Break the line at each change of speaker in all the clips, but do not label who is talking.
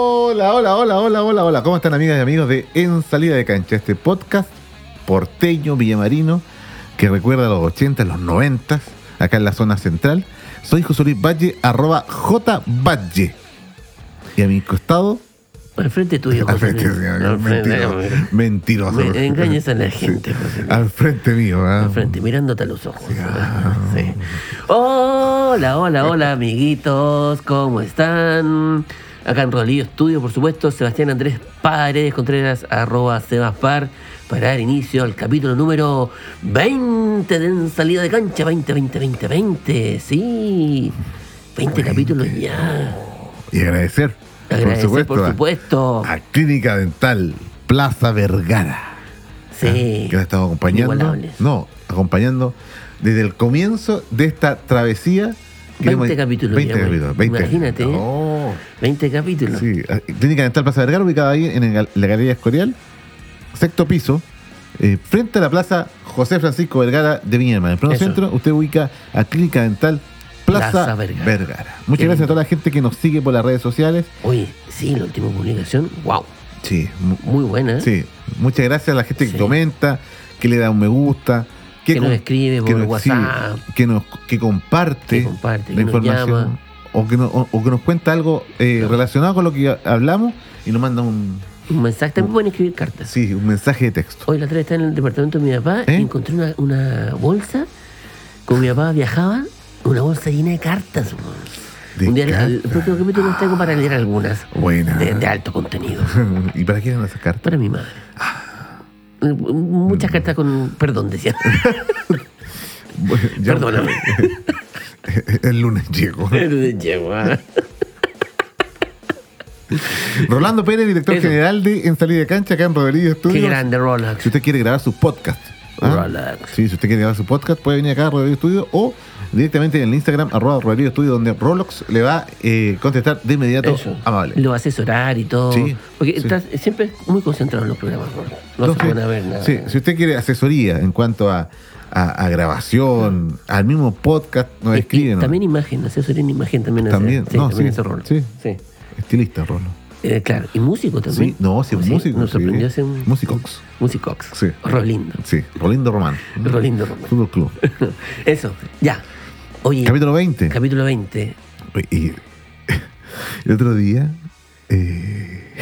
hola, hola, hola, hola, hola. ¿Cómo están amigas y amigos de En Salida de Cancha? Este podcast porteño villamarino que recuerda a los 80, los 90, acá en la zona central. Soy José Luis Valle, arroba J Valle. Y a mi costado...
Al frente tuyo,
Al
José
frente,
Luis.
señor,
Al frente,
mentiroso.
eh,
mentiroso.
Me- engañas a la gente, José Luis.
Al frente mío, ¿ah?
Al frente, mirándote a los ojos. Sí. Hola, hola, hola, amiguitos. ¿Cómo están? Acá en Rolillo Estudio, por supuesto, Sebastián Andrés Paredes Contreras, arroba Sebaspar, para dar inicio al capítulo número 20 de En Salida de Cancha, 20, 20, 20, 20. Sí, 20 capítulos ya.
Y agradecer,
Agradecer,
por supuesto, ah.
por
a-
supuesto.
A, Clínica Dental Plaza Vergara,
Sí.
que nos estamos acompañando.
Inigualables.
No, acompañando desde el comienzo de esta travesía.
20 capítulos,
20
ya,
capítulos, 20.
imagínate. ¿eh?
Oh,
20 capítulos.
sí. a- Clínica Dental Plaza Vergara, ubicada ahí en el gal- la Galería Escorial, sexto piso. eh, frente a la plaza José Francisco Vergara de Viña del Mar. En el pleno
Eso.
centro, usted ubica a Clínica Dental Plaza,
Plaza
Vergara.
Vergara.
Muchas
Qué
gracias a
lindo.
toda la gente que nos sigue por las redes sociales.
Oye, sí, la última publicación, wow,
Sí, mu-
muy buena. ¿eh?
Sí, muchas gracias a la gente que
Sí.
comenta, que le da un me gusta,
Que nos
com-
escribe por
sí,
WhatsApp.
que nos que comparte,
Que comparte,
la
que nos
información
llama.
o que, no- o- o que nos cuenta algo eh,
Claro.
relacionado con lo que hablamos y nos manda un
Un mensaje, también pueden escribir cartas.
sí un mensaje de texto.
Hoy la otra vez estaba en el departamento de mi papá
¿Eh?
y encontré una, una bolsa. Con mi papá viajaba, una bolsa llena de cartas. weón.
De
Un día, el- el
cartas.
próximo capítulo nos traigo para leer algunas
Buena.
de, de alto contenido.
¿Y para qué eran esas cartas?
Para mi madre.
Ah.
Eh, Muchas cartas con perdón, decía.
Bueno, ya-
Perdóname.
El lunes llego.
Llego, ah.
Rolando Pérez, director
Eso.
general de En Salida de Cancha, acá en Rodríguez
Qué
Studios.
grande
Si
Rolex.
usted quiere grabar su podcast. ¿ah?
Relax.
Sí, si usted quiere grabar su podcast, puede venir acá a Rodrigo Estudio o directamente en el Instagram, arroba Rodrigo Estudio, donde Rolox le va a contestar de inmediato
Eso.
amable.
Lo asesorar y todo.
Sí,
Porque
sí.
estás siempre muy concentrado en los programas. No, no se
Entonces,
van a ver nada.
sí, si usted quiere asesoría en cuanto a, a- a grabación, al mismo podcast, nos
Y- y
escriben. ¿no?
También imagen, asesoría en imagen también. hace-
También,
sí,
no,
también
sí,
hace rol.
sí.
sí.
Estilista, Rolo.
Eh, claro, y músico también.
Sí, no, sí,
Pues
músico,
Nos
sí.
sorprendió hace un.
Musicox.
Musicox.
Sí. Mm.
Rolindo.
Sí, Rolindo Román.
Rolindo Román.
Fútbol Club.
Eso, ya. Oye,
Capítulo 20.
capítulo 20.
Oye, Y el otro día. eh,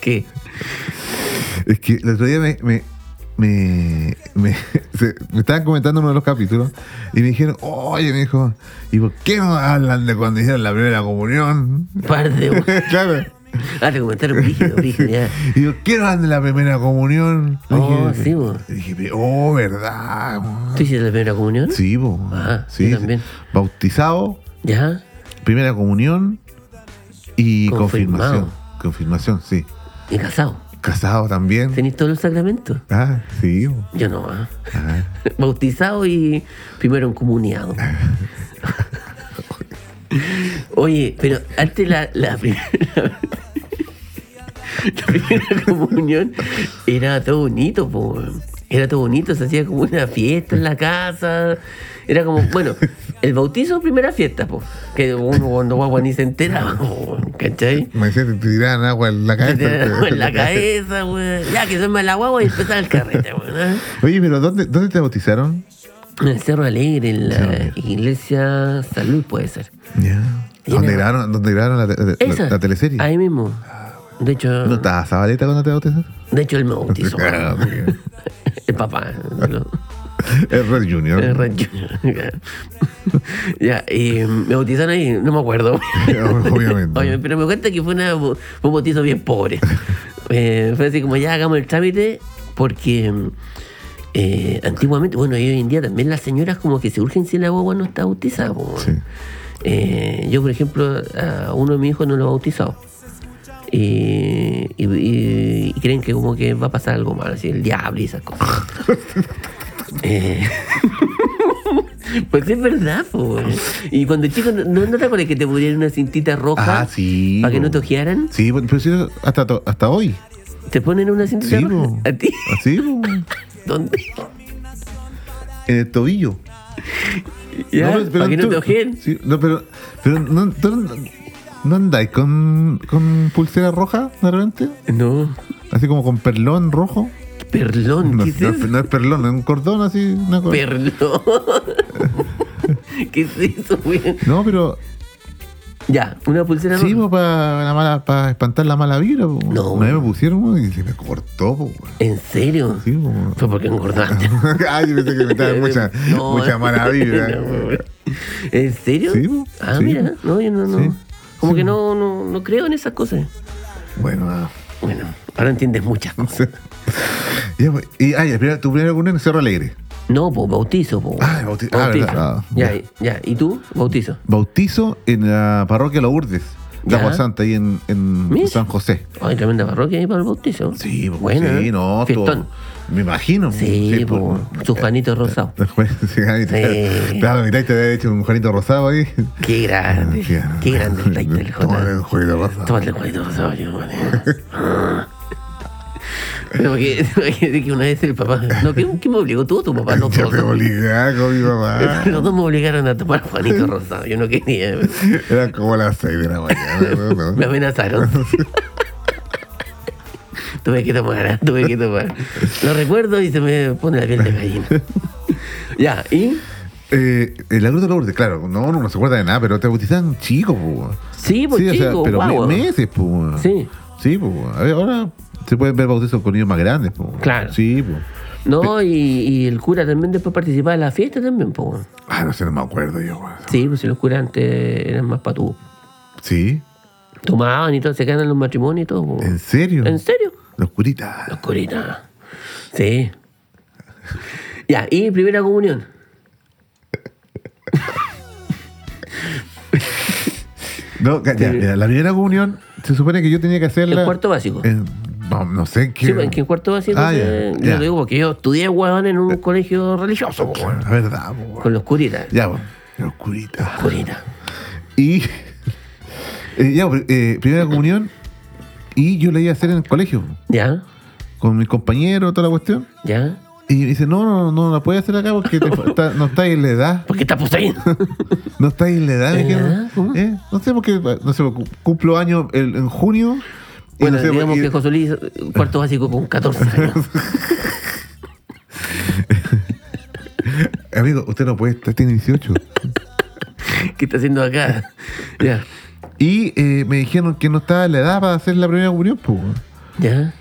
¿Qué?
Es que el otro día me, me, me, me- se- me estaban comentando uno de los capítulos y me dijeron, oye, me dijo, ¿y por qué no hablan de cuando hicieron la primera comunión?
Par de.
claro.
Ah, te comentaron brígido, brígido, ya.
¿Y por qué no hablan de la primera comunión? Le
Oh,
dije,
sí, bo.
dije, "Pero, oh, verdad. bo".
¿Tú hiciste la primera comunión?
Sí, bo.
Ah,
sí,
yo también.
Bautizado,
Ya.
primera comunión y
Confirmado.
confirmación. Confirmación, sí.
Y casado.
Casado también.
¿Tenís todos los sacramentos?
Ah, sí. bo.
Yo no, ah.
Ah.
Bautizado y primero en comuniado. Oye, pero antes la, la, primera, la primera comunión era todo bonito, po. Era todo bonito, se hacía como una fiesta en la casa. Era como, bueno, el bautizo, primera fiesta, po. Que uno cuando guagua ni se enteraba, po, ¿cachai?
Me decía, te tiraban agua en la
Se
cabeza.
te daba en la cabeza, weón. Ya que se me la guagua y empezaba el carrete, weón. ¿ah?
Oye, pero ¿dónde, dónde te bautizaron?
En el Cerro Alegre, en la
Cerro Alegre.
iglesia Salud, puede ser.
Ya.
Y en
¿Dónde
el-
grabaron, dónde grabaron la, te- la-
Esa.
la teleserie?
Ahí mismo. De hecho,
¿No estabas a Zabaleta cuando te bautizaron?
de hecho él me bautizó.
Ah, ok.
el papá. ¿no?
Es Red Junior.
El Red Junior. ya, y me bautizaron ahí, no me acuerdo.
Obviamente.
Oye, pero me cuenta que fue, una, fue un bautizo bien pobre. Eh, fue así como ya hagamos el trámite, porque eh, antiguamente, bueno, y hoy en día también las señoras como que se urgen si la guagua no está bautizada. po.
Sí.
Eh, yo, por ejemplo, a uno de mis hijos no lo he bautizado. Y, y- y- y creen que como que va a pasar algo malo, así el diablo y esas cosas. Eh, pues es verdad, po. Y cuando chicos, ¿no, no te acuerdas que te ponían una cintita roja
Ah, sí.
para que
bo.
no te ojearan?
Sí, bo, pero sí, hasta, to- hasta hoy.
¿Te ponen una cintita
Sí,
roja?
bo.
¿A ti?
Así, bo.
¿Dónde?
en el tobillo.
¿Ya?
pero- pero
para que no
tú-
te ojeen.
Sí, no, pero, pero no, tú no- ¿No andáis con, con pulsera roja de repente?
No.
Así como con perlón rojo.
Perlón,
No,
¿qué es
no-
eso?
no es perlón, es un cordón así. una cosa.
Perlón. ¿Qué es eso, weón?
no, pero
Ya, una pulsera
sí, pues,
roja.
para espantar la mala vibra. po.
No.
Una vez me pusieron po, y se me cortó. po, weón.
¿En serio?
Sí, po.
Fue porque engordaste.
Ay, yo pensé que me estaba mucha,
No. eh.
mucha mala vibra.
No, ¿En serio?
Sí, po.
Ah,
Sí,
mira,
po.
no, yo no, no.
Sí.
Como que no, no, no creo en esas cosas.
Bueno, ah,
Bueno, ahora entiendes muchas
no sé.
cosas.
Ya, pues, y, ah, ya, primero- tu primera comunión en Cerro Alegre.
No, pues bautizo, po.
Ah, bauti- ah, verdad, ah,
ya, ya. ¿Y tú? Bautizo.
Bautizo en la parroquia Los Urdes, de
Ya.
Agua Santa, ahí en, en
Mira.
San José.
Ay, tremenda parroquia ahí para el bautizo.
Sí, pues,
bueno.
sí, no,
¿eh? Fiestón.
todo- me imagino. pues,
Sí, po. Su Juanito Rosado.
Sí, ahí te-
Sí.
Claro, mirá, te había hecho un Juanito Rosado ahí.
Qué grande.
Ah,
Qué grande el taita del Jota.
Tómale un Juanito Rosado.
Tómate el Juanito Rosado, yo, bueno. Pero que, de que una vez el papá. No, ¿quién, quién me obligó? ¿Tú o tu papá? No,
ya
los
te
dos.
obligaba con mi mamá.
Los dos me obligaron a tomar Juanito Rosado. Yo no quería.
Era como las seis de la mañana. ¿no? ¿no?
Me amenazaron. tuve que tomar, ¿eh? tuve que tomar. Lo recuerdo y se me pone la piel de gallina. ya, ¿y?
Eh, en la Cruz de Lourdes, claro, no, no, no se acuerda de nada, pero te bautizaron chico, po.
Sí, pues
o sea,
chico,
pero
guau.
me- meses, po.
Sí.
Sí, po. A ver, ahora se pueden ver bautizos con niños más grandes, po.
Claro.
Sí, po.
No, y, y el cura también después participaba en la fiesta también, pues. weón.
Ah, no sé, no me acuerdo yo, weón.
Sí, pues si los curas antes eran más patú.
Sí,
Tomaban y todo, se quedan en los matrimonios y todo. po.
¿en serio?
Oh. ¿En serio?
Los curitas.
Los curitas. Sí. Ya, y primera comunión.
No, ca- ya, mira, la primera comunión se supone que yo tenía que hacerla.
El cuarto básico.
en- no, no sé en qué.
Sí, pues, en que en cuarto básico
Ah,
se-
ya,
yo
ya. Eh. Oh,
te digo porque yo estudié huevón en un colegio religioso, po,
Bueno,
weón,
la verdad, po, weón.
con los curitas.
Ya, po. Los curitas.
Curitas.
Y. eh, ya, eh, primera comunión. Y yo la iba a hacer en el colegio,
Ya,
con mi compañero, toda la cuestión.
ya.
Y me dice, no, no, no, no la puedes hacer acá porque te fa- está- no estáis en la edad.
¿Por qué estás poseído?
No estáis en la edad. me
¿En la
dijeron.
edad? ¿Cómo?
¿Eh? No sé, porque, no sé, cu- cumplo año el- en junio. y
bueno,
no sé, pues,
digamos
y-
que José Luis, eh, cuarto básico con 14 años.
Amigo, usted no puede estar, tiene 18.
¿Qué está haciendo acá? Ya,
Y eh, me dijeron que no estaba en la edad para hacer la primera comunión, pues. weón.
ya.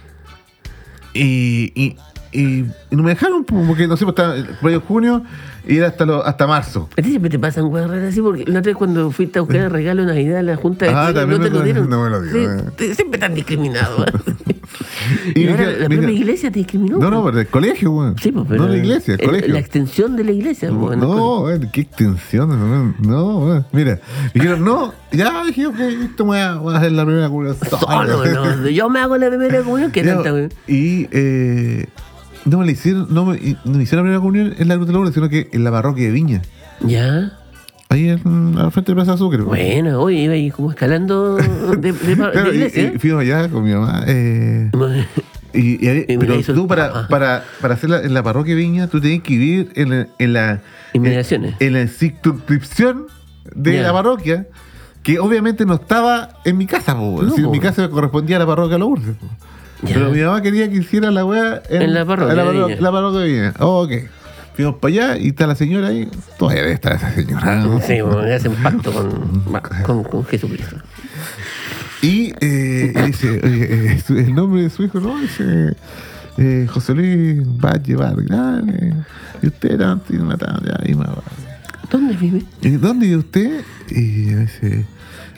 Y, y, y, y no me dejaron, pues, porque no sé, pues, estaba el medio de junio y era hasta, lo- hasta marzo.
A ti siempre te pasan weas raras así porque la otra vez cuando fuiste a buscar el regalo de Navidad a la Junta de
Ah,
Estudios,
también
no te
me-
lo dieron.
no me lo eh. dieron,
Sí, te- siempre están discriminados. ¿eh?
Y
Y,
me
ahora
dijeron-
la
me
propia
dijeron-
iglesia te discriminó.
No, no,
weón.
pero el colegio, weón.
Sí, pues, pero
no la iglesia, el
el-
colegio.
La extensión de la iglesia. pues, weón, el colegio.
No, weón, qué extensión. weón. No, weón. mira. Dijeron, no, ya dije, ok, esto me voy a, voy a hacer la primera comunión
Solo, no. Yo me hago la primera comunión que
Ya,
tanta, pues. weón.
Y eh, no me la hicieron, no me, no me hicieron la primera comunión en la Cruz de Lourdes, sino que en la parroquia de Viña.
Ya.
Ahí en, al frente de Plaza Azúcar. pues. weón.
Bueno, hoy iba ahí como escalando de, de, de
Claro, y,
iglesia.
y fuimos allá con mi mamá. eh, y, y ahí-
Y me la
pero
hizo el
tú para,
Papa.
para, para hacerla en la parroquia de Viña, tú tenías que vivir en la, en la,
Inmediaciones.
en la circunscripción de
Ya.
la parroquia, que obviamente no estaba en mi casa. po,
No,
si en
po.
mi casa correspondía a la parroquia Los Urdes. po.
Ya.
Pero mi mamá quería que hiciera la weá
En la parroquia
la,
de
parro-
Viña.
la parroquia de Viña. Oh, ok. Fuimos para allá y está la señora ahí. Todavía debe estar esa señora. ¿no?
Sí, weón, hacen pacto con, con, con Jesucristo.
Y eh, y dice, oye, eh, su- el nombre de su hijo, ¿no? Dice, eh, José Luis va a llevar, y usted era antes de matar, ya, y más, va.
¿Dónde vive?
¿Y ¿Dónde vive usted? Y ella dice,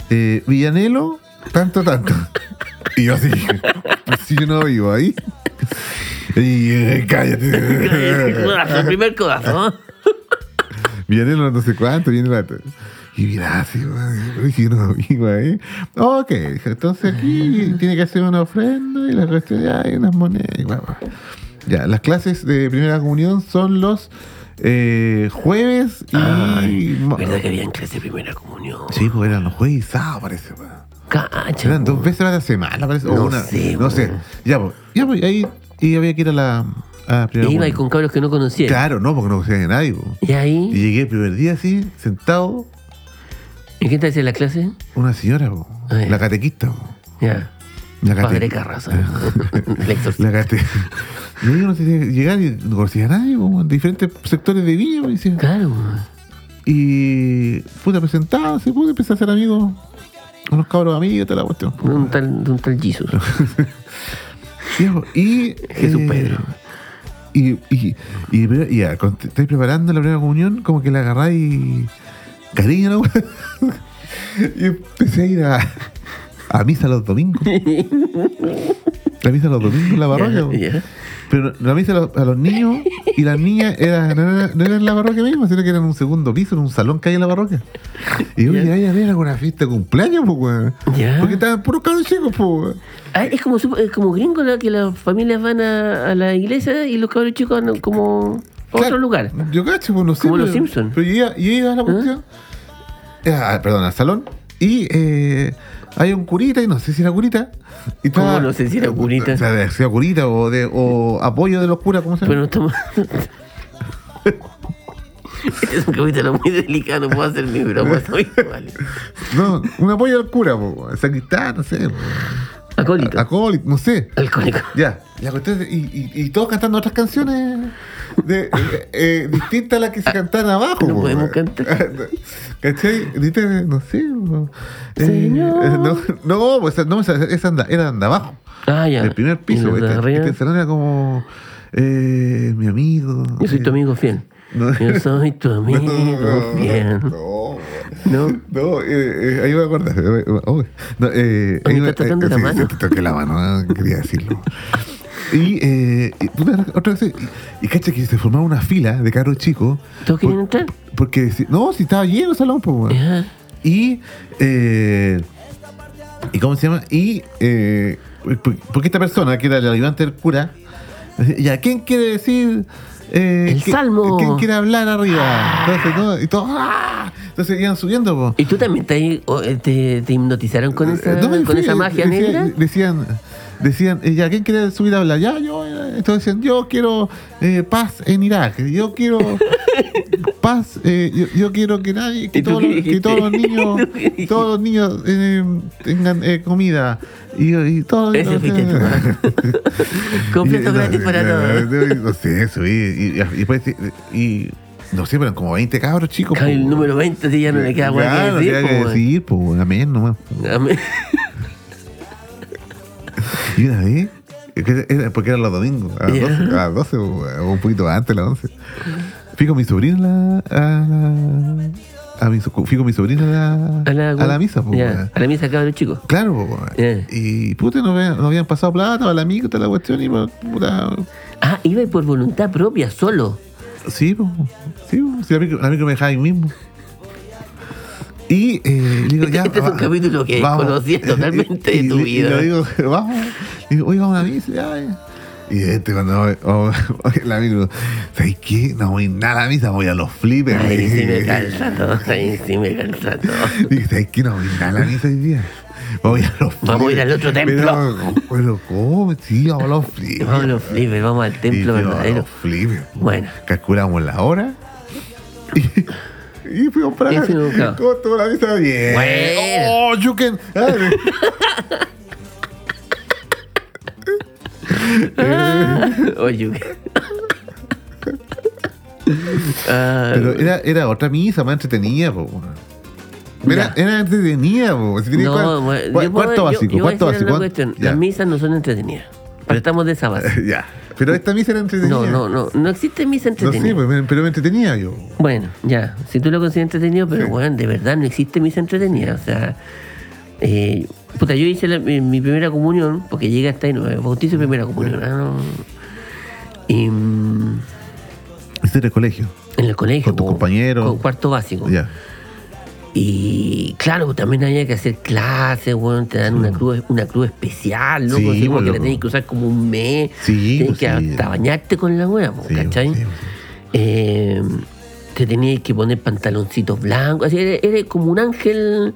eh, Villanelo, tanto, tanto. Y yo así, pues si yo no vivo ahí. Y eh, cállate.
Codazo, el primer codazo, ¿no?
Villanelo no sé cuánto, Villanelo. Y mira, así, güey, si yo no vivo ahí. Ok, dijo, entonces aquí tiene que hacer una ofrenda y la cuestión ya hay unas monedas. y guau, guau. Ya, las clases de primera comunión son los eh, jueves y... ma-
¿Verdad que habían clase de primera comunión?
Sí, pues eran los jueves y sábado, parece, weón.
Cacha.
Eran dos veces a la semana, parece. o
pues. No
una,
sé,
No sé.
weón.
Ya, pues, ya, pues, ahí y había que ir a la, a la primera.
Iba y
comuni-
con cabros que no conocía.
Claro, no, porque no conocía a nadie, po.
Y
Y
ahí,
llegué el primer día así, sentado,
¿Y quién te dice la clase?
Una señora, po.
Ah, ya.
la catequista. po.
Ya.
La
Padre
catequista.
Carrasa. El exorcista.
La cate... Yo no sé llegar y no conocía a nadie, po, en diferentes sectores de Villa. po, decía.
Claro. weón.
Y puta presentada, se pudo empezar a ser amigos, unos cabros amigos, toda la cuestión.
De un tal, de un tal Jesus.
Viejo, Y. eh,
Jesús Pedro.
Y, y, y, pero- y ya, cuando te- estáis preparando la primera comunión, como que la agarráis cariño, ¿no? y empecé a ir a, a misa los domingos. La misa los domingos en la parroquia. po.
Ya, ya.
Pero la misa a los, a los niños y las niñas era, no, era, no era en la parroquia misma, sino que era en un segundo piso, en un salón que hay en la parroquia. Y yo
Ya.
llegaba a ver alguna fiesta de cumpleaños, po, weón.
Ya.
Porque estaban puros cabros chicos, po, weón.
Ah, es como, sup- es como gringo ¿no? que las familias van a, a la iglesia y los cabros chicos van como a otro
Claro,
lugar.
Yo cacho, pues no sé.
Como los
pero-
Simpson.
Pero yo iba, yo iba a la cuestión. Ah, perdón, al salón. Y eh, hay un curita, y no sé si era curita. Y
¿Cómo
estaba-
no sé si era curita?
O sea, de- si era curita o, de, o apoyo de los curas, ¿cómo se
Pero no
llama?
estamos. este es un capítulo muy delicado, no puedo hacer ni bromas habituales.
No, un apoyo del cura, po, sacristán, no sé. po,
Acólito.
Acólito, no sé.
Alcohólico.
Ya, la cuestión es- y, y, y todos cantando otras canciones de, eh, eh, distintas a las que se cantaban abajo.
No
po,
podemos
weón.
cantar.
¿Cachai? Distintas, no sé. po.
Señor.
eh, no, no, pues, no, esa, esa anda, era anda abajo,
Ah, ya.
en el primer
Y
piso.
los de
Este,
arriba,
este salón era como eh, mi amigo. eh,
Yo soy tu amigo fiel.
No.
Yo soy tu amigo fiel.
No,
No.
no, eh, eh, ahí me acuerdo. Eh, eh, oh, no, eh,
Ah, me
ahí me-
estás tocando
eh,
la
sí,
mano.
sí, te toqué la mano, eh, quería decirlo. Y, eh, y puta, otra vez, y, y cacha que se formaba una fila de caros chicos.
¿Todos quieren
por-
entrar?
Porque, si- no, si estaba lleno el salón, pues, weón.
Ya.
Y. eh, ¿Y cómo se llama? Y. eh, por- porque esta persona, que era el ayudante del cura, decía, ya, ¿quién quiere decir. eh,
El
qué-
salmo?
¿Quién quiere hablar arriba? Entonces, ¿no? Y todos. ¡ah! Entonces iban subiendo, po.
¿Y tú también te, o, eh, te, te hipnotizaron con esa,
Eh, No, y
con
fui,
esa magia
decía-
negra?
Decían. Decían, eh, ya, ¿quién quiere subir a hablar? Ya, yo. eh. Entonces decían, yo quiero eh, paz en Irak. Yo quiero paz. eh, yo, yo quiero que nadie.
¿Y
Que,
tú
todos,
qué
los- que
dijiste?
todos los niños.
¿Tú qué dijiste?
todos los niños eh, tengan eh, comida. Y, y todos los
Ese
niños-
fuiste tú, Completo
Y-
gratis
no,
para todos.
no, No sé, eso. Y, y, y después, y- y- no sé, eran como 20 cabros chicos.
Claro,
po.
el número 20 sí, ya no le queda
Ya,
hueá
no
que
tenía que
decir.
decir, pues, amén nomás. po.
po, weón. Amén.
Y una vez, es que era- porque eran los domingos, a las
Ya.
12, a las 12 o o un poquito antes, a las 11. Fui con mi sobrina a la. A, a mi, so- fui con mi sobrina a la, a la, misa, pues, po,
ya,
weón.
A la misa, cabros chicos.
Claro, po, weón.
Ya.
Y puta, no habían, no habían pasado plata para la amigo, toda la cuestión, y puta.
Ah, iba por voluntad propia, solo.
Sí, po, sí, po, sí, la micro, la micro me dejaba ahí mismo. Y eh, le digo, ya.
Este es un
va-
capítulo que desconocía totalmente de
Y- y
tu
le-
vida.
Y le digo, vamos. Le digo, hoy vamos a la misa. ya, ya. Y este, cuando voy- voy- voy a la micro, ¿sabes qué? No voy nada a la misa, voy a los flippers.
Ahí
güey.
sí me calza todo, ahí sí me calza todo.
Dije, ¿sabes qué? No voy nada a la misa hoy día. Voy a los
Vamos a ir al
flippers".
otro
Pero, pero, ¿cómo? Sí, vamos a los flippers.
Vamos a los flippers, vamos al
Y yo,
templo
a
verdadero.
los flippers.
Bueno,
calculamos la hora y, y fuimos para
Y
la
fuimos, claro.
Todo, todo la misa bien.
Bueno.
Oh, you can. Ah, de-
oye. Ah,
Pero era, era otra misa más entretenida, po. weón. Era,
Ya.
era entretenida, po. Si tenía
no,
cua-
bueno,
cua-
yo puedo-
cuarto
yo-
básico,
yo voy a
cuarto
decir
básico.
una
cuan-
cuestión.
ya.
Las misas no son entretenidas. Partamos de esa base.
ya. Pero esta misa era entretenida.
No, no, no. No existe misa
No sé,
entretenida.
pues, me- pero me entretenía yo.
Bueno, ya, si tú lo consideras entretenido, pero
Sí.
bueno, de verdad no existe misa entretenida. O sea, eh, puta, yo hice la- mi, mi primera comunión, porque llega hasta ahí, no, eh, bautizo y primera comunión. ah, no. Y, mm,
Este era el colegio.
en el colegio.
Con tus
po,
compañeros.
Con cuarto básico.
Oh, Ya.
Y claro, también había que hacer clases, bueno, te dan una cruz, una cruz especial, loco,
Sí,
así como
pues,
que la
loco.
tenés que usar como un mes.
Sí,
tenés
pues,
que
sí.
hasta bañarte con la hueá, po,
Sí,
¿cachai?
sí, sí.
Eh, te tenías que poner pantaloncitos blancos, así era, era como un ángel,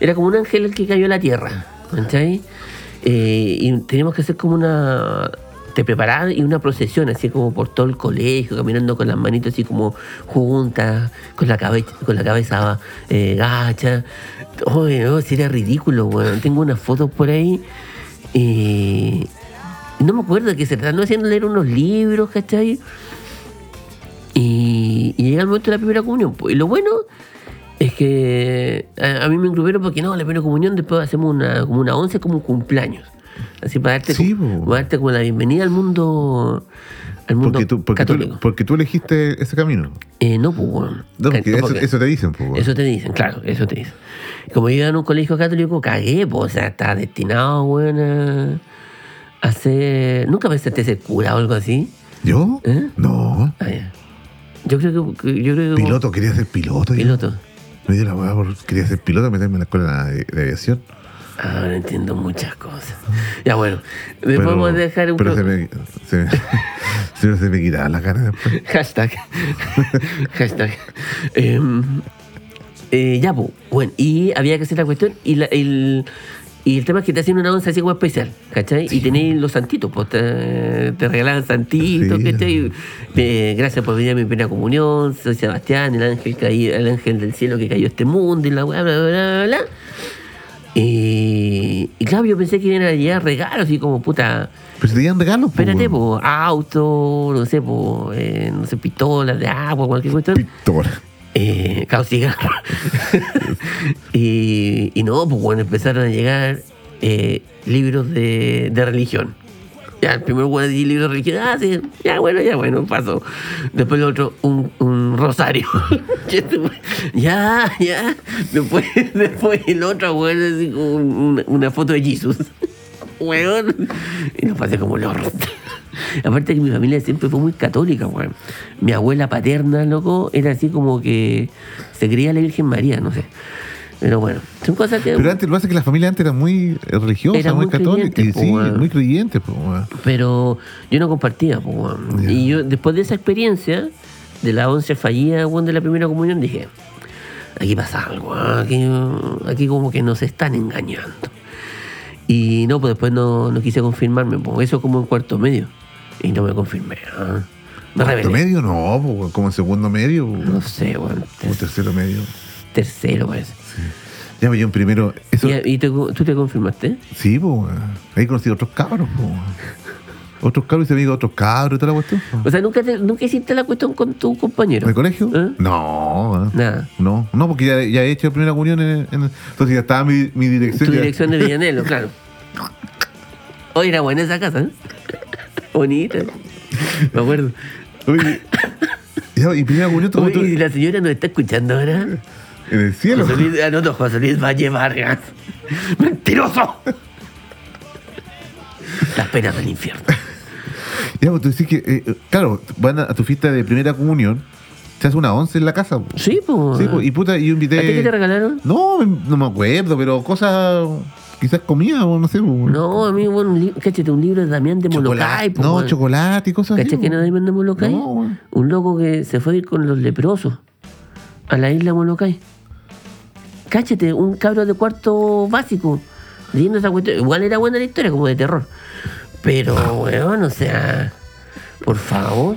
era como un ángel que cayó a la tierra, ¿cachai? Eh, y teníamos que hacer como una te preparaban y una procesión así como por todo el colegio, caminando con las manitos así como juntas, con la cabeza, con la cabeza eh, gacha. Oye, no, si era ridículo, weón. Tengo unas fotos por ahí. Y no me acuerdo de qué se trataba, no hacían leer unos libros, ¿cachai? Y, y llega el momento de la primera comunión. po. Y lo bueno es que a, a mí me incluyeron porque no, la primera comunión después hacemos una, como una once, como un cumpleaños. Así para darte,
Sí,
como,
po.
para darte como la bienvenida al mundo, al mundo
Porque tú, porque,
católico.
tú, porque tú elegiste ese camino.
Eh, no, pues, weón.
No,
Ca-
porque
no,
eso,
porque-
eso te dicen, pues. weón.
eso te dicen, claro, eso te dicen. Como yo iba en un colegio católico, cagué, po, o sea, estaba destinado, weón, a, a ser. Nunca pensaste ser cura o algo así.
¿Yo?
¿Eh?
No.
Ah, ya. Yo creo que. que- Yo creo que
Piloto, quería ser piloto. yo.
Piloto.
Me dio la hueá por quería ser piloto, meterme en la escuela de, de aviación.
Ah, Ahora entiendo muchas cosas. Ya bueno, le podemos dejar un
Pero se
pro-
me, se, me- se me- se me quitaban las ganas después.
hashtag. hashtag. Em, eh, ya, pues, bueno, y había que hacer la cuestión y la- el, y el tema es que te hacían una onza así como especial, ¿cachai? Y tenéis los santitos, pues te, te regalaban santitos,
Sí.
¿cachai? Eh, gracias por venir a mi primera comunión, soy Sebastián, el ángel, caí- el ángel del cielo que cayó a este mundo y la weá, bla, bla, bla, bla. Eh, Y, y claro, yo pensé que iban a llegar regalos y como puta,
Pero si te dieron regalos, pues,
Espérate,
weón.
po, auto, no sé, po, eh, no sé, pistolas de agua, cualquier cuestión.
Pistola.
Eh, claro, cigarro. y, y no, pues bueno, empezaron a llegar eh, libros de, de religión. Ya, el primer bueno de libros de religión, ah, sí, ya bueno, ya bueno, pasó. Después el otro, un, un rosario. ya, ya. Después, después el otro, bueno, así como un- una, una foto de Jesus. Weón. Y nos pasé como los Aparte que mi familia siempre fue muy católica, weón. Mi abuela paterna, loco, era así como que se creía la Virgen María, no sé. Pero bueno, son cosas que...
Pero antes, lo que pasa es que la familia antes era muy eh, religiosa,
Era
muy,
muy
católica.
creyente,
Y
po,
sí,
weón.
muy creyente, pues. weón.
Pero yo no compartía, pues, weón.
Ya.
Y yo, después de esa experiencia, de la once fallida, weón, de la primera comunión, dije, aquí pasa algo, ah, aquí, uh, aquí como que nos están engañando. Y no, pues después no, no quise confirmarme, pues eso como en cuarto medio. Y no me confirmé. ah. Me
¿Cuarto
rebelé.
medio? No, po, weón, como en segundo medio. po, weón.
No sé, weón.
O tercero medio.
Tercero parece.
Ya, pues yo en primero. Eso,
¿Y, y te- tú te confirmaste?
Sí, pues. Ahí conocí a otros cabros, po, weón. Otros cabros y se amigos de otros cabros y toda la cuestión. po.
O sea, nunca, te- nunca hiciste la cuestión con tu compañero.
¿En el colegio?
¿Eh?
No, weón.
Nada.
No, no, porque ya, ya he hecho la primera comunión en, en- entonces ya estaba mi, mi dirección.
Tu
ya-
dirección de Villanelo, claro. Hoy era buena esa casa, ¿eh? Bonita. Me acuerdo.
Oye, ya, y primera comunión tú-
Uy,
tú-
y la señora nos está escuchando ahora.
en el cielo.
José Luis, ah, no, no, José Luis Valle Vargas. ¡Mentiroso! Las penas del infierno.
Ya, pues tú decís que, eh, eh, claro, van a, a tu fiesta de primera comunión, se hace una once en la casa. po.
Sí, pues.
Sí, po, y eh, puta, y yo invité.
¿A ti qué te regalaron?
No, em, no me acuerdo, pero cosas, quizás comida, o no sé. pues, po.
No, a mí, bueno, un libro, cáchate, un libro de Damián de Molokai, po,
No,
weón.
chocolate y cosas así. pues.
¿Cachai que
po.
no Damián de Molokai?
No, weón.
Un loco que se fue a ir con los leprosos a la isla Molokai. Cáchate, un cabro de cuarto básico. Leyendo esa cuestión. Igual era buena la historia, como de terror. Pero, weón, o sea. Por favor.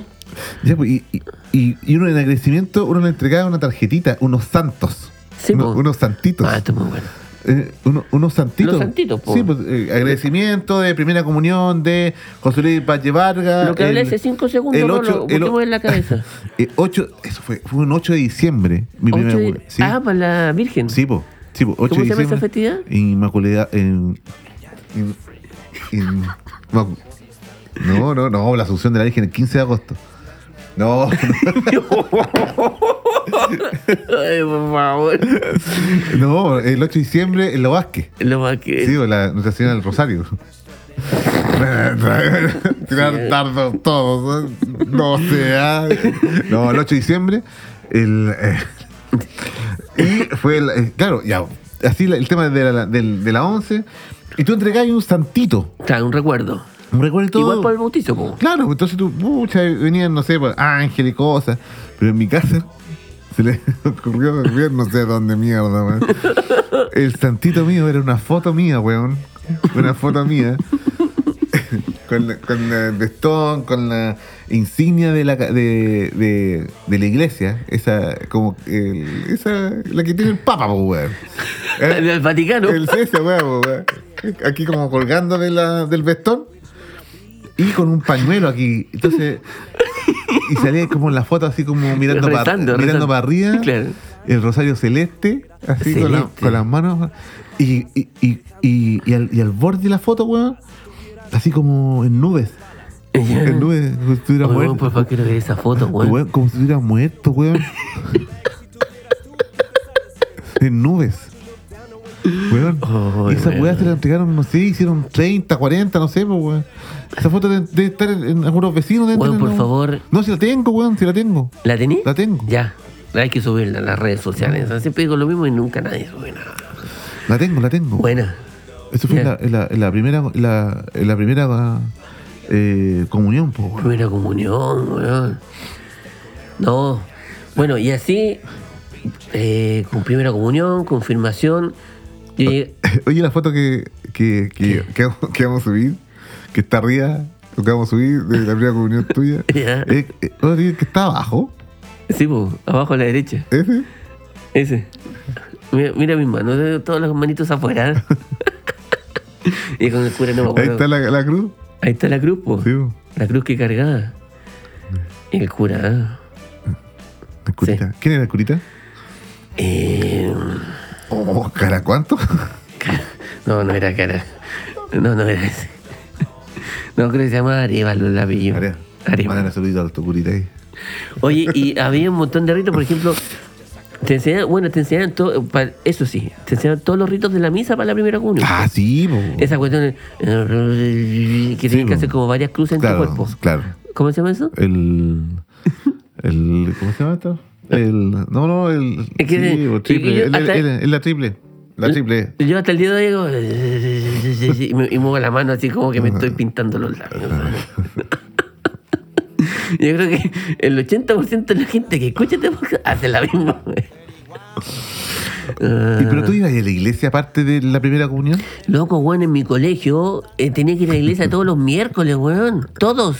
Ya, pues, y, y- y, y uno en agradecimiento, uno le entregaba una tarjetita, unos santos.
Sí,
Uno-
po.
unos santitos.
Ah, esto es muy bueno.
Eh, uno- unos santitos.
Unos santitos, po.
Sí, pues, eh, agradecimiento de primera comunión de José Luis Valle Vargas.
Lo que hablé
ah, el-
hace cinco segundos,
el
no
ocho-
lo
el o-
pusimos en la cabeza.
eh, ocho- eso fue, fue un 8 de diciembre, mi primera
Ocho de-
comunión. Sí,
Ah, para la Virgen.
sí, po, sí po, 8
¿Cómo
de
se llama esa
diciembre.
festividad?
Inmaculada. En, en- en- macu- no, no, no, la asunción de la Virgen el 15 de agosto. No,
Ay, por favor.
no, el 8 de diciembre en Lo Vázquez.
Lo más que.
Sí, o la Nuestra Señora del Rosario. Tirar tardos todos. ¿eh? No sé. ¿ah? No, el 8 de diciembre. El, eh, y fue el, eh, Claro, ya. Así la- el tema de la, del- de la 11. Y tú entregás un santito.
Claro, un recuerdo.
Un recuerdo y todo.
Igual por el bautizo, po.
Claro, entonces tú, muchas venían, no sé, por ángel y cosas. Pero en mi casa se le ocurrió ver, no sé dónde mierda, weón. El santito mío era una foto mía, weón. Una foto mía. con, la- con la- el vestón, con la insignia de la, ca- de, de, de la iglesia. Esa, como, el- esa, la que tiene el Papa, po, weón.
El,
¿Eh?
del Vaticano.
El ese, weón, po, weón. Aquí como colgando de la, del vestón. Y con un pañuelo aquí. Entonces. Y salía como en la foto así como mirando, para-
Rezando,
mirando
rezando.
para arriba
Claro.
el rosario celeste, así con, la-
Celeste.
con las manos. Y, y, y, y, y al, y al borde de la foto, weón, así como en nubes. En nubes, como si estuviera
Oye, weón,
muerto.
por favor, quiero ver esa foto, weón.
Weón, como si estuviera muerto, weón. en nubes. Weón.
Oh,
y esa
weón.
weá se la entregaron, no sé, hicieron 30, 40, no sé, pues, weón. Esa foto de- debe estar en, en algunos vecinos. deben
Weón, por
tenerla,
favor.
No, si la tengo, weón, si la tengo.
¿La tení?
La tengo.
Ya. Hay que subirla a las redes sociales. Siempre digo lo mismo y nunca nadie sube nada.
La tengo, la tengo.
Buena.
Eso fue en
Ya.
la, en la- en la primera la, en la primera eh, comunión, po, weón.
Primera comunión, weón. No. Bueno, y así, eh, con primera comunión, confirmación. Yo llegué-
Oye, la foto que, que, que, que vamos- que vamos a subir, que está arriba, o que vamos a subir de la primera comunión tuya,
Ya.
eh, eh, ¿no digas que está abajo,
Sí, po, abajo a la derecha.
ese,
Ese. Mira, mira mis manos, tengo todas las manitos afuera. ¿eh? y con el cura no me
ahí
acuerdo.
está la, la cruz.
Ahí está la cruz, po.
Sí, po.
La cruz que cargada. Y el cura.
El curita. ¿Quién era el curita?
Eh,
Oh, cara, ¿cuánto?
Cara. No, no era cara. No, no era ese. No, creo que se llama Arevalo el apellido.
Marea.
Arevalo.
Mándale saludito al tu curita ahí.
Oye, y había un montón de ritos, por ejemplo, te enseñan, bueno, te enseñan todo, pa- eso sí, te enseñan todos los ritos de la misa para la primera comunión.
Ah, sí, po.
Esa cuestión de- eh, que tienes que
po.
hacer como varias cruces en tu
claro,
cuerpo.
claro.
¿Cómo se llama eso?
El, el. ¿Cómo se llama esto? El. No, no, el.
Es que-
sí, o triple.
y yo
el- el-
hasta- ¿Eh?
el- el- la triple. La triple.
Yo hasta el día de hoy digo y, me- y muevo la mano así como que me estoy pintando los labios. Yo creo que el 80% de la gente que escucha este podcast hace la misma. wea. Ah,
¿Y pero tú ibas a la iglesia aparte de la primera comunión?
Loco, weón, en mi colegio eh, tenía que ir a la iglesia todos los miércoles, weón. Todos.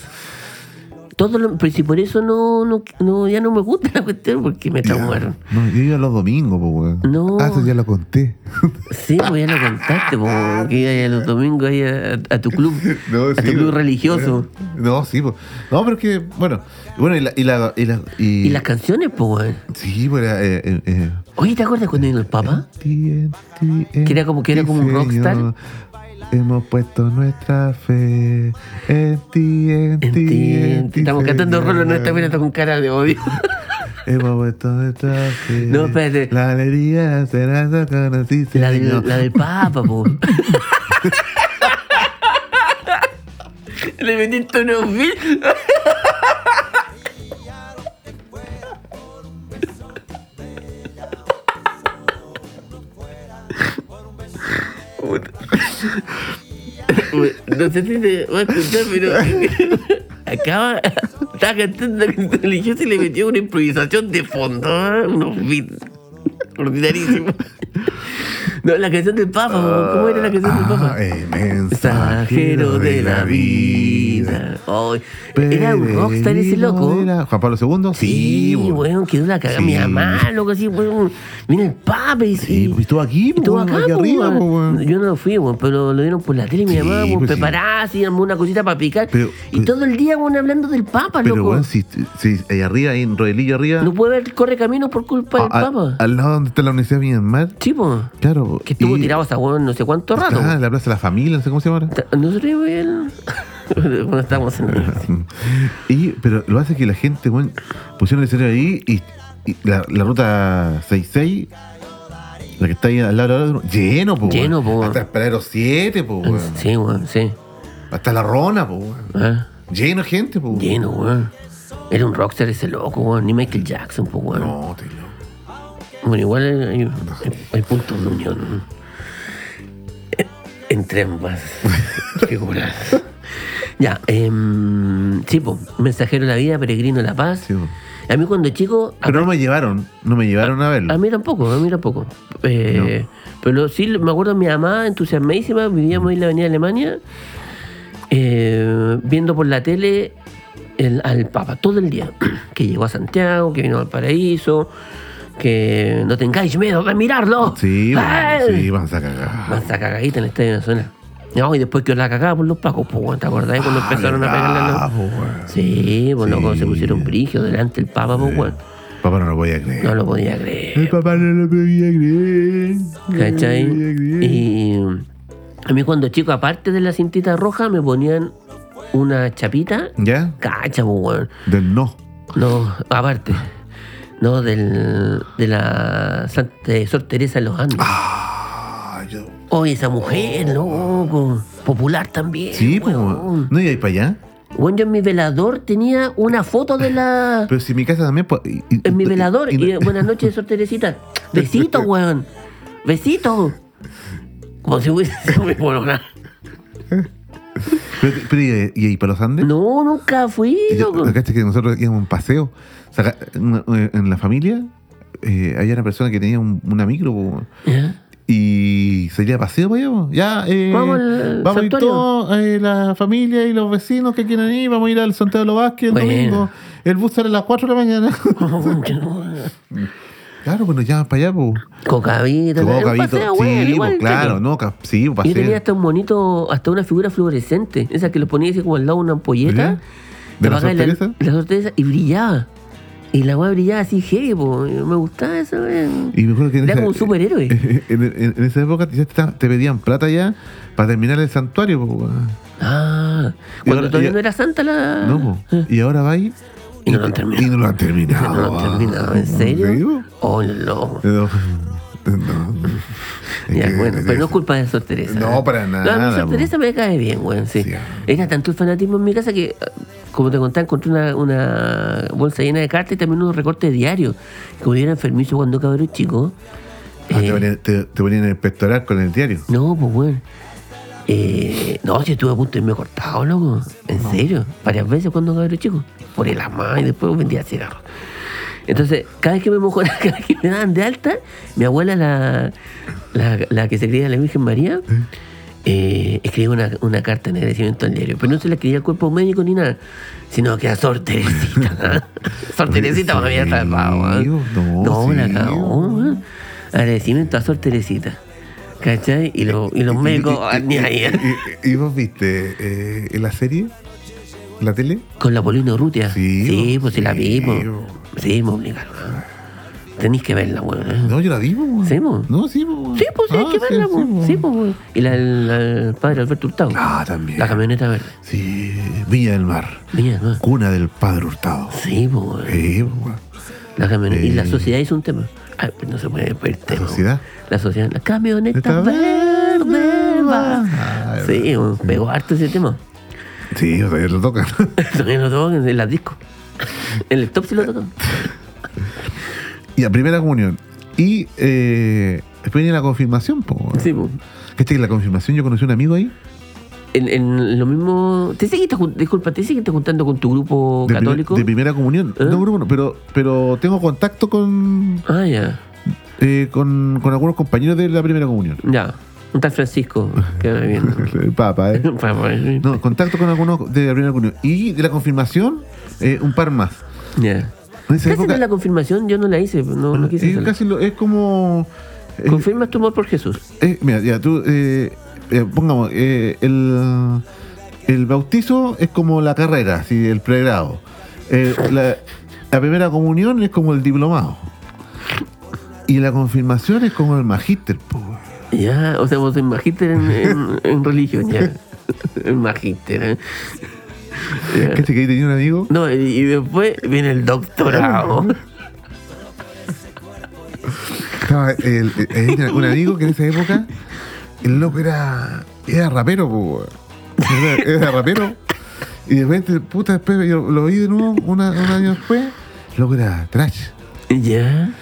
Todos los, pues, y por eso no, no, no- ya no me gusta la cuestión porque me traumaron.
No, yo iba los domingos, pues, weón.
No.
Ah, eso ya lo conté.
Sí, pues ya lo contaste, po, que iba ahí los domingos ahí a, a tu club, a tu club
pues.
religioso.
No, sí, pues. No, pero es que, bueno. Bueno, y la. Y la, y la- y-
Y las canciones, pues, weón.
Sí, pues era. Eh, eh, eh.
Oye, ¿te acuerdas cuando vino el Papa?
Que
era como- que era como un rockstar.
Hemos puesto nuestra fe en ti, en
En
ti,
ti, en ti. Estamos
Señor.
cantando rolo, no está mirando con cara de odio.
Hemos puesto nuestra fe.
No, espérate.
La alegría será sacana, sí,
La del,
Señor.
la del Papa, po. Le metiste unos bits. Puta. No sé si te va a escuchar, pero acaba. Estaba cantando religioso y le metió una improvisación de fondo, ¿eh? unos beats. Ordinarísimo. No, la canción del Papa, po. ¿cómo era la canción del Papa?
Ah, eh, mensajero
Mensajero de la vida. Ay, era un rockstar ese loco.
Peregrino de la- Juan Pablo II.
Sí,
bueno.
weón, quedó la cagada.
Sí.
Mi mamá, loco, así, weón. Mira el papi, y
Sí, pues, estuvo aquí,
y estuvo
weón,
acá, pues,
aquí
po,
arriba, pues,
weón.
po, weón.
Yo no fui, weón, pero lo dieron por la tele y mi
Sí,
mamá, weón,
pues, sí.
preparada, así, una cosita para picar.
Pero-
y
pero-
todo el día, weón, hablando del papa,
Pero,
loco.
weón, si, si ahí arriba, ahí en Rodelillo arriba.
No pues, puede haber corre camino por culpa del
a-
papa.
Al lado donde está la Universidad de Myanmar.
Sí, po.
Claro.
Que estuvo
y-
tirado hasta, weón, no sé cuánto rato. pues.
Ah, en la Plaza de la Familia, no sé cómo se llama. ahora.
Ta- Nosotros, weón, bueno, estábamos en...
Mm. Y, pero lo hace que la gente, weón, pusieron el escenario ahí y, y la, la ruta 66, la que está ahí al lado, al lado, lleno, po, weón.
Lleno, po, weón.
Hasta el paradero 7, po, weón.
Sí, weón, sí.
Hasta la Rona, po, weón.
Ah.
Lleno de gente, po. weón.
Lleno, weón. Era un rockstar ese loco, weón. Ni Michael Jackson, pues, weón.
No, te lo-
Bueno, igual hay, hay- hay puntos de unión. Eh, Entre ambas figuras. ya, em, sí, po, mensajero de la vida, peregrino de la paz.
Sí, po.
a mí cuando chico, a,
Pero no me llevaron, no me llevaron a verlo.
a mí tampoco, a mí tampoco. Eh, Pero sí, me acuerdo, mi mamá entusiasmadísima, vivíamos ahí en la avenida Alemania. eh, viendo por la tele el- al Papa todo el día, que llegó a Santiago, que vino al paraíso, que no tengáis miedo de mirarlo.
Sí,
¡Ay!
bueno, sí, vamos a cagar.
Mansa cagadita en el Estadio Nacional. No, y después que la cagaba por los pacos, pues, weón, ¿te acordás
Ah,
cuando empezaron a pegarle a los... Sí, pues loco, se pusieron brigio delante del Papa, pues, weón.
Papá no lo voy a creer.
No lo podía
El
creer,
papá no lo podía creer. No lo
¿cachai?
podía creer.
Y a mí cuando chico, aparte de la cintita roja, me ponían una chapita,
¿Ya?
cacha, pues, weón.
Del no.
No, aparte. No, del, de la Santa de Sor Teresa de los Andes.
Ah, yo.
Oye, esa mujer, loco. Popular también.
Sí, pues.
weón.
¿No iba para allá?
Bueno, yo en mi velador tenía una foto de la.
Pero si en mi casa también. pues, y- y-
En mi velador.
y-
Y, eh, buenas noches, Sor Teresita. Besito, weón. Besito. Como si hubiese bueno, nada.
Pero, pero ¿y, y ahí para los Andes?
No, pues. nunca fui,
Y yo-
loco.
¿Cachaste que nosotros íbamos a un paseo? Saca- en- en la familia eh, había una persona que tenía un- una micro po,
¿Ya?
y salía a paseo para allá. po. Ya, eh,
Vamos al
vamos a ir
santuario.
todos, eh, la familia y los vecinos que quieran ir, vamos a ir al Santiago de los Vázquez el
Bueno.
domingo. El bus sale a las 4 de la mañana. claro, pues nos llaman para allá. Po.
Cocavita,
Tocó
un
cabito.
paseo,
sí,
weón,
po,
igual,
claro,
cheque.
no, ca- sí, po,
Yo
paseo.
tenía hasta un monito, hasta una figura fluorescente, esa que lo ponía así como al lado de una ampolleta.
¿Ya? ¿De
te
la
apagabas
sorpresa?
La, sorpresa y brillaba. Y la weá brillaba así, heavy, po. Me gustaba esa weá.
Y me acuerdo que en esa-
Era
eh,
como un superhéroe.
en, en- en esa época ya te, estaban- te pedían plata ya para terminar el santuario. po, weón.
Ah,
Y
cuando
ahora-
todavía
y-
no era santa la.
No, po. y ahora va ahí
Y no lo han terminado.
Y no lo han terminado.
No,
ah.
terminado, ¿en
¿Sí,
serio?
po?
Oh, no.
No. No. Es
Ya,
que- ah,
bueno, pero no es culpa de Sor Teresa. ¿eh?
No, para
No, a
nada,
mí Sor
po.
Teresa me cae bien, weón, sí.
Sí.
Era tanto el fanatismo en mi casa que, como te contaba, encontré una, una bolsa llena de cartas y también unos recortes diarios. Como yo era enfermizo cuando cabrón chico.
Ah,
eh,
te, ponían, te- te ponían en el pectoral con el diario.
No, pues bueno. Eh, no, si estuve a punto de irme cortado, loco. En serio. Varias veces cuando cabrón chico. Por el ama y después vendía cigarros. Entonces, cada vez que me mojona, cada vez que me daban de alta, mi abuela, la, la, la que se creía la Virgen María, eh, escribía una, una carta en agradecimiento al diario. Pero no se la escribía al cuerpo médico ni nada, sino que a Sor Teresita. Sor Teresita me había
Sí,
salvado. ¿ah?
no,
no la
sí.
cagó. ¿ah? Agradecimiento a Sor Teresita. ¿Cachai? Y, lo- y los médicos, ah, ni ahí. ¿eh?
Y, y- y vos viste eh, en la serie? ¿En ¿La tele?
Con la Polina Urrutia.
Sí, bo,
pues si la
sí,
vimos.
bo.
Sí, me obligaron. ¿ah? Tenéis que verla, weón. ¿eh?
No, yo la vi, po, weón.
Sí, po.
No, sí, po, weón.
Sí, pues sí, hay
Ah,
que verla, po.
po.
sí, pues. weón. Y la del padre Alberto Hurtado.
Ah, también.
La camioneta verde.
Sí, Viña del Mar.
Viña del Mar.
Cuna del Padre Hurtado.
Sí, pues. weón.
Sí, po, weón.
La camioneta. Y la
Eh.
sociedad hizo un tema. Ay, pues no se puede ver el tema.
sociedad?
weón. La sociedad. La camioneta
Esta
verde
verde
va.
va. Ay,
Sí, weón, pegó harto ese tema.
Sí, o sea, lo tocan.
Todavía lo tocan en las discos. En el top sí lo tocan.
y a primera comunión. Y eh, después viene la confirmación, po. weón.
Sí, pues.
¿Cachai que este, la confirmación yo conocí a un amigo ahí?
En, en lo mismo. ¿Te seguiste, jun- disculpa, ¿te seguiste juntando con tu grupo
De, primer-
católico?
de primera comunión.
¿Eh?
No, Bruno, pero, pero tengo contacto con,
ah, ya.
eh, con, con algunos compañeros de la primera comunión.
Ya. Un tal Francisco. Que va viendo.
El Papa, ¿eh? No, contacto con algunos de la primera comunión. Y de la confirmación, eh, un par más.
Ya.
En esa
Casi
época-
no la confirmación yo no la hice, pues, no, no quise
es,
hacerla.
casi lo- es como. eh,
Confirmas tu amor por Jesús.
Eh, mira, ya tú, eh, eh, pongamos, eh, el, el bautizo es como la carrera, así, el pregrado. Eh, la, la primera comunión es como el diplomado. Y la confirmación es como el magíster. po, weón.
Ya, o sea, vos sois magíster en, en- en religión, ya. En magíster, ¿eh? Ya.
¿Cacha que ahí tenía un amigo?
No, y, y después viene el doctorado.
Estaba el- el- ahí tenía un amigo que en esa época, el loco era, era rapero. po, weón. Era, era rapero. Y de repente, puta, después yo lo vi de nuevo una- un año después, el loco era trash.
Ya.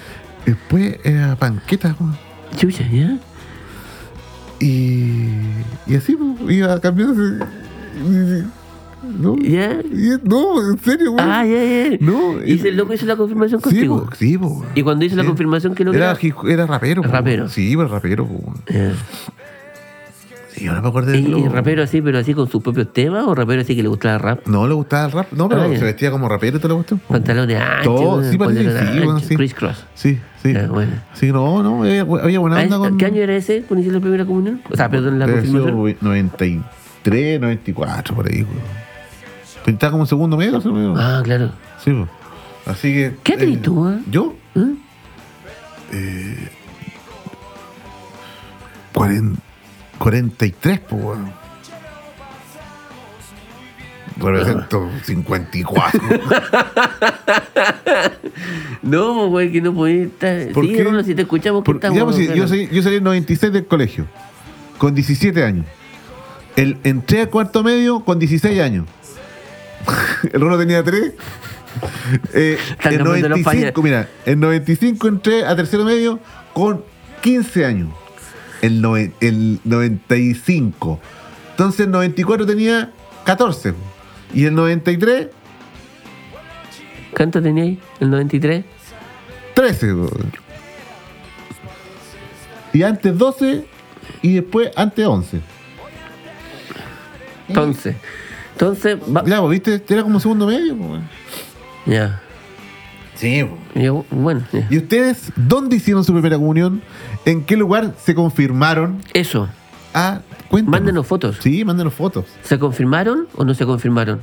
Después era panqueta, weón.
Chucha, ya.
Y, y así pues, iba cambiando. No,
Ya.
y- no, en serio, güey.
Ah, ya, ya.
No,
y
eh,
el loco hizo la confirmación
sí,
contigo.
pues, sí, pues, güey.
Y cuando hizo la
Sí.
confirmación, ¿qué lo que
era,
era?
hij- era rapero. pues,
Rapero.
güey. Sí, pues, rapero. pues, güey.
Ya.
Sí, Sí, yo no me acuerdo del
Sí,
globo.
Eh, rapero así, pero así con sus propios temas o rapero así que le gustaba el rap.
No le gustaba el rap. No, pero
Ah, ya.
se vestía como rapero y todo le gustó.
Pantalones anchos,
Todo,
weón,
sí, parece que
pantalones
sí, weón,
anchos,
sí.
criss-cross.
Sí, sí.
Ya, Ah, bueno.
Sí, no, no. Había, había buena
Ah,
onda con.
¿Qué año era ese cuando hiciste la primera comunión? O sea, perdón, la
Debe haber sido
confirmación.
93, 94, por ahí, güey. Pero estaba como en segundo medio, tercero medio.
Ah, claro.
Sí, pues. Así que.
¿Qué edad tenías tú, ah?
Yo,
¿Eh?
40, 43, pues,
Ah.
weón. Represento 54.
No, pues, güey, que no podía estar.
¿Por
sí,
qué?
Rulo, si te escuchamos, que
Por-
estamos.
digamos, si
claro.
yo, salí, yo salí en 96 del colegio, con 17 años. El, entré a cuarto medio con 16 años. El Rolo tenía 3.
Están
en
cambiando los
95,
pañales.
mira, en 95 entré a tercero medio con 15 años. El, noven- el 95. Entonces el 94 tenía 14. Y el 93,
¿Cuánto teníais? ¿El 93?
13. po. Y antes 12 y después antes 11.
Entonces. Entonces, va-
Ya, pues, ¿viste? Era como segundo medio. po, weón.
Ya.
Sí.
Yo- bueno, ya.
¿Y ustedes dónde hicieron su primera comunión? ¿En qué lugar se confirmaron?
Eso.
Ah, cuéntanos.
Mándenos fotos.
Sí, mándenos fotos.
¿Se confirmaron o no se confirmaron?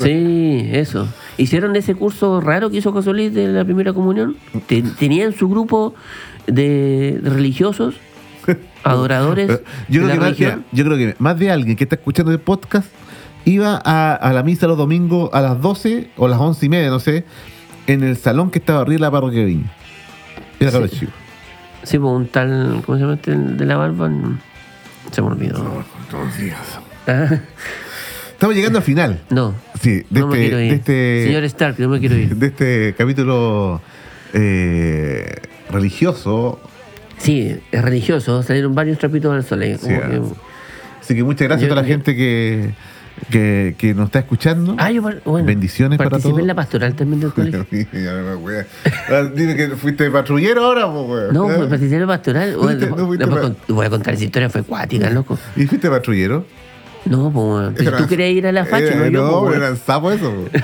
Sí, eso. ¿Hicieron ese curso raro que hizo José Luis de la primera comunión? Te- ¿Tenían su grupo de religiosos, adoradores
Eh, Yo creo, que
de la
más,
religión?
mira, yo creo que más de alguien que está escuchando el podcast iba a, a la misa los domingos a las 12 o las 11 y media, no sé, en el salón que estaba arriba de la parroquia de Viña. Era
Sí.
caro chico.
Sí, pues un tal, ¿cómo se llama este? El de la barba. Se me olvidó. Ah,
Estamos llegando al final.
No,
Sí, de,
no me
este,
quiero ir.
de, este,
Señor Stark, no me quiero ir.
de este capítulo eh, religioso.
Sí, es religioso, salieron varios trapitos al sol. eh, como
Sí, ah.
que-
Así que muchas gracias
Yo-
a toda la
yo-
gente que, que, que nos está escuchando.
Ah, yo par- bueno,
Bendiciones para
participé
todos.
en la pastoral también del colegio.
Ya me la wea. Ah, Dime que fuiste patrullero ahora, po, wea.
No, pues,
Ah.
fue participé en la pastoral. Bueno,
fuiste- no
después-
fuiste
después
pa-
con- voy a contar esa historia, fue cuática, loco.
¿Y fuiste patrullero?
No, pues, bueno, pero si tú querías ir a la facha, no
Era- Eh,
yo, pues,
no,
po, bueno.
eran sapos esos. po.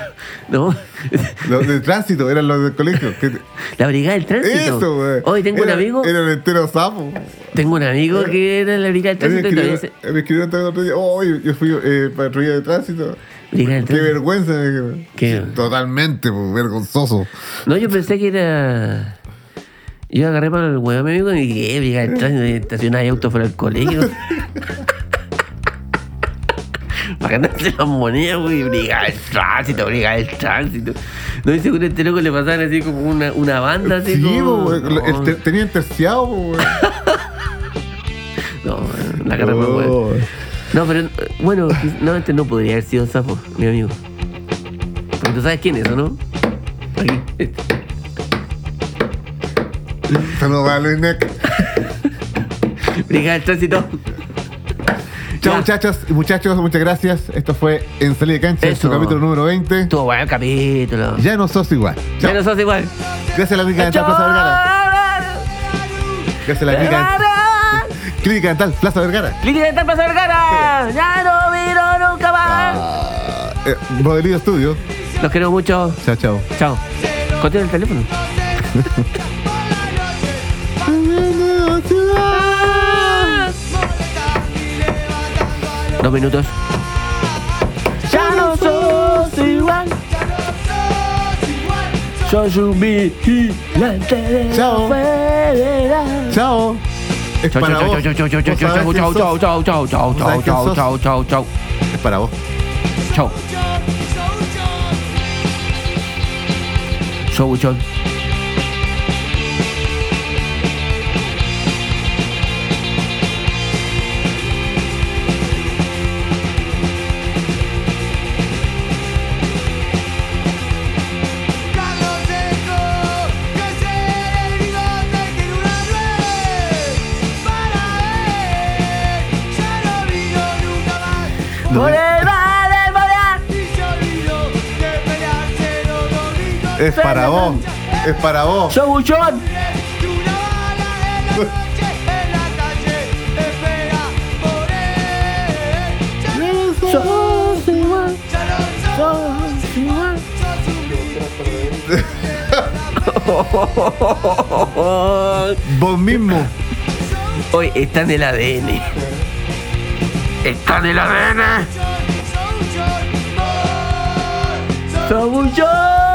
No,
Los de tránsito, eran los del colegio. Que-
la brigada del tránsito.
Eso, wea.
Hoy tengo
Era-
un amigo,
Era un entero sapo.
tengo un amigo que era en la brigada del
Me
tránsito y todavía se-
escribieron- me escribieron también otro día, oh, yo, yo fui eh, patrulla de tránsito.
Brigada del
Qué
tránsito.
vergüenza. me dijeron.
Qué-
Totalmente pues, vergonzoso.
No, yo pensé que era. Yo agarré para el huevo, mi amigo, y dije, eh, brigada del tránsito, estacionaba auto fuera del colegio. Para ganarse las monedas, güey, brigada del tránsito, brigada del tránsito. No, y según este loco le pasaban así como una, una banda, así
Sí,
como.
pues,
no,
el te- tenían terciado. pues,
no, la agarré para el huevo.
Oh.
No, pero eh, bueno, no, este no podría haber sido sapo, mi amigo. Porque tú sabes quién es, ¿o no? Aquí, este.
Saludos a Luis Neck.
Brigada del tránsito.
Chao,
Ya.
muchachos y muchachos, muchas gracias. Esto fue En Salida de Cancha,
Eso.
su capítulo número 20.
Estuvo bueno el capítulo.
Ya no sos igual. Chao.
Ya no sos igual.
Gracias a la clínica dental Plaza Vergara. Gracias a la clínica, clínica dental Plaza Vergara.
Clic de Plaza Vergara. Ya no vino nunca más.
Ah, eh, Modelillo Estudio.
Los quiero mucho.
Chao, chao.
Chao. Contiene el teléfono. Dos minutos. Ya no sos igual. Soy un vigilante de
Chao. Chao. Es
Chao,
para
chao,
vos.
chao,
Vos
chao, chao,
sabés
chao,
quién
chao,
sos.
chao, chao, chao, chao,
¿Vos sabés quién
chao,
sos?
chao, chao, chao,
Es para vos.
chao. Chau, chau.
Carlos Seco, que se el bigote que dura nueve para ver, ya no vino nunca más.
No,
Y se olvidó de pelearse los domingos.
Es para vos. Es para vos.
Chau, chau.
Y una bala en la noche, en la calle, espera
Vos mismo.
Hoy está en el ADN. Está en el ADN.
Soldier, soldier,
¡Soy
boy,
yo!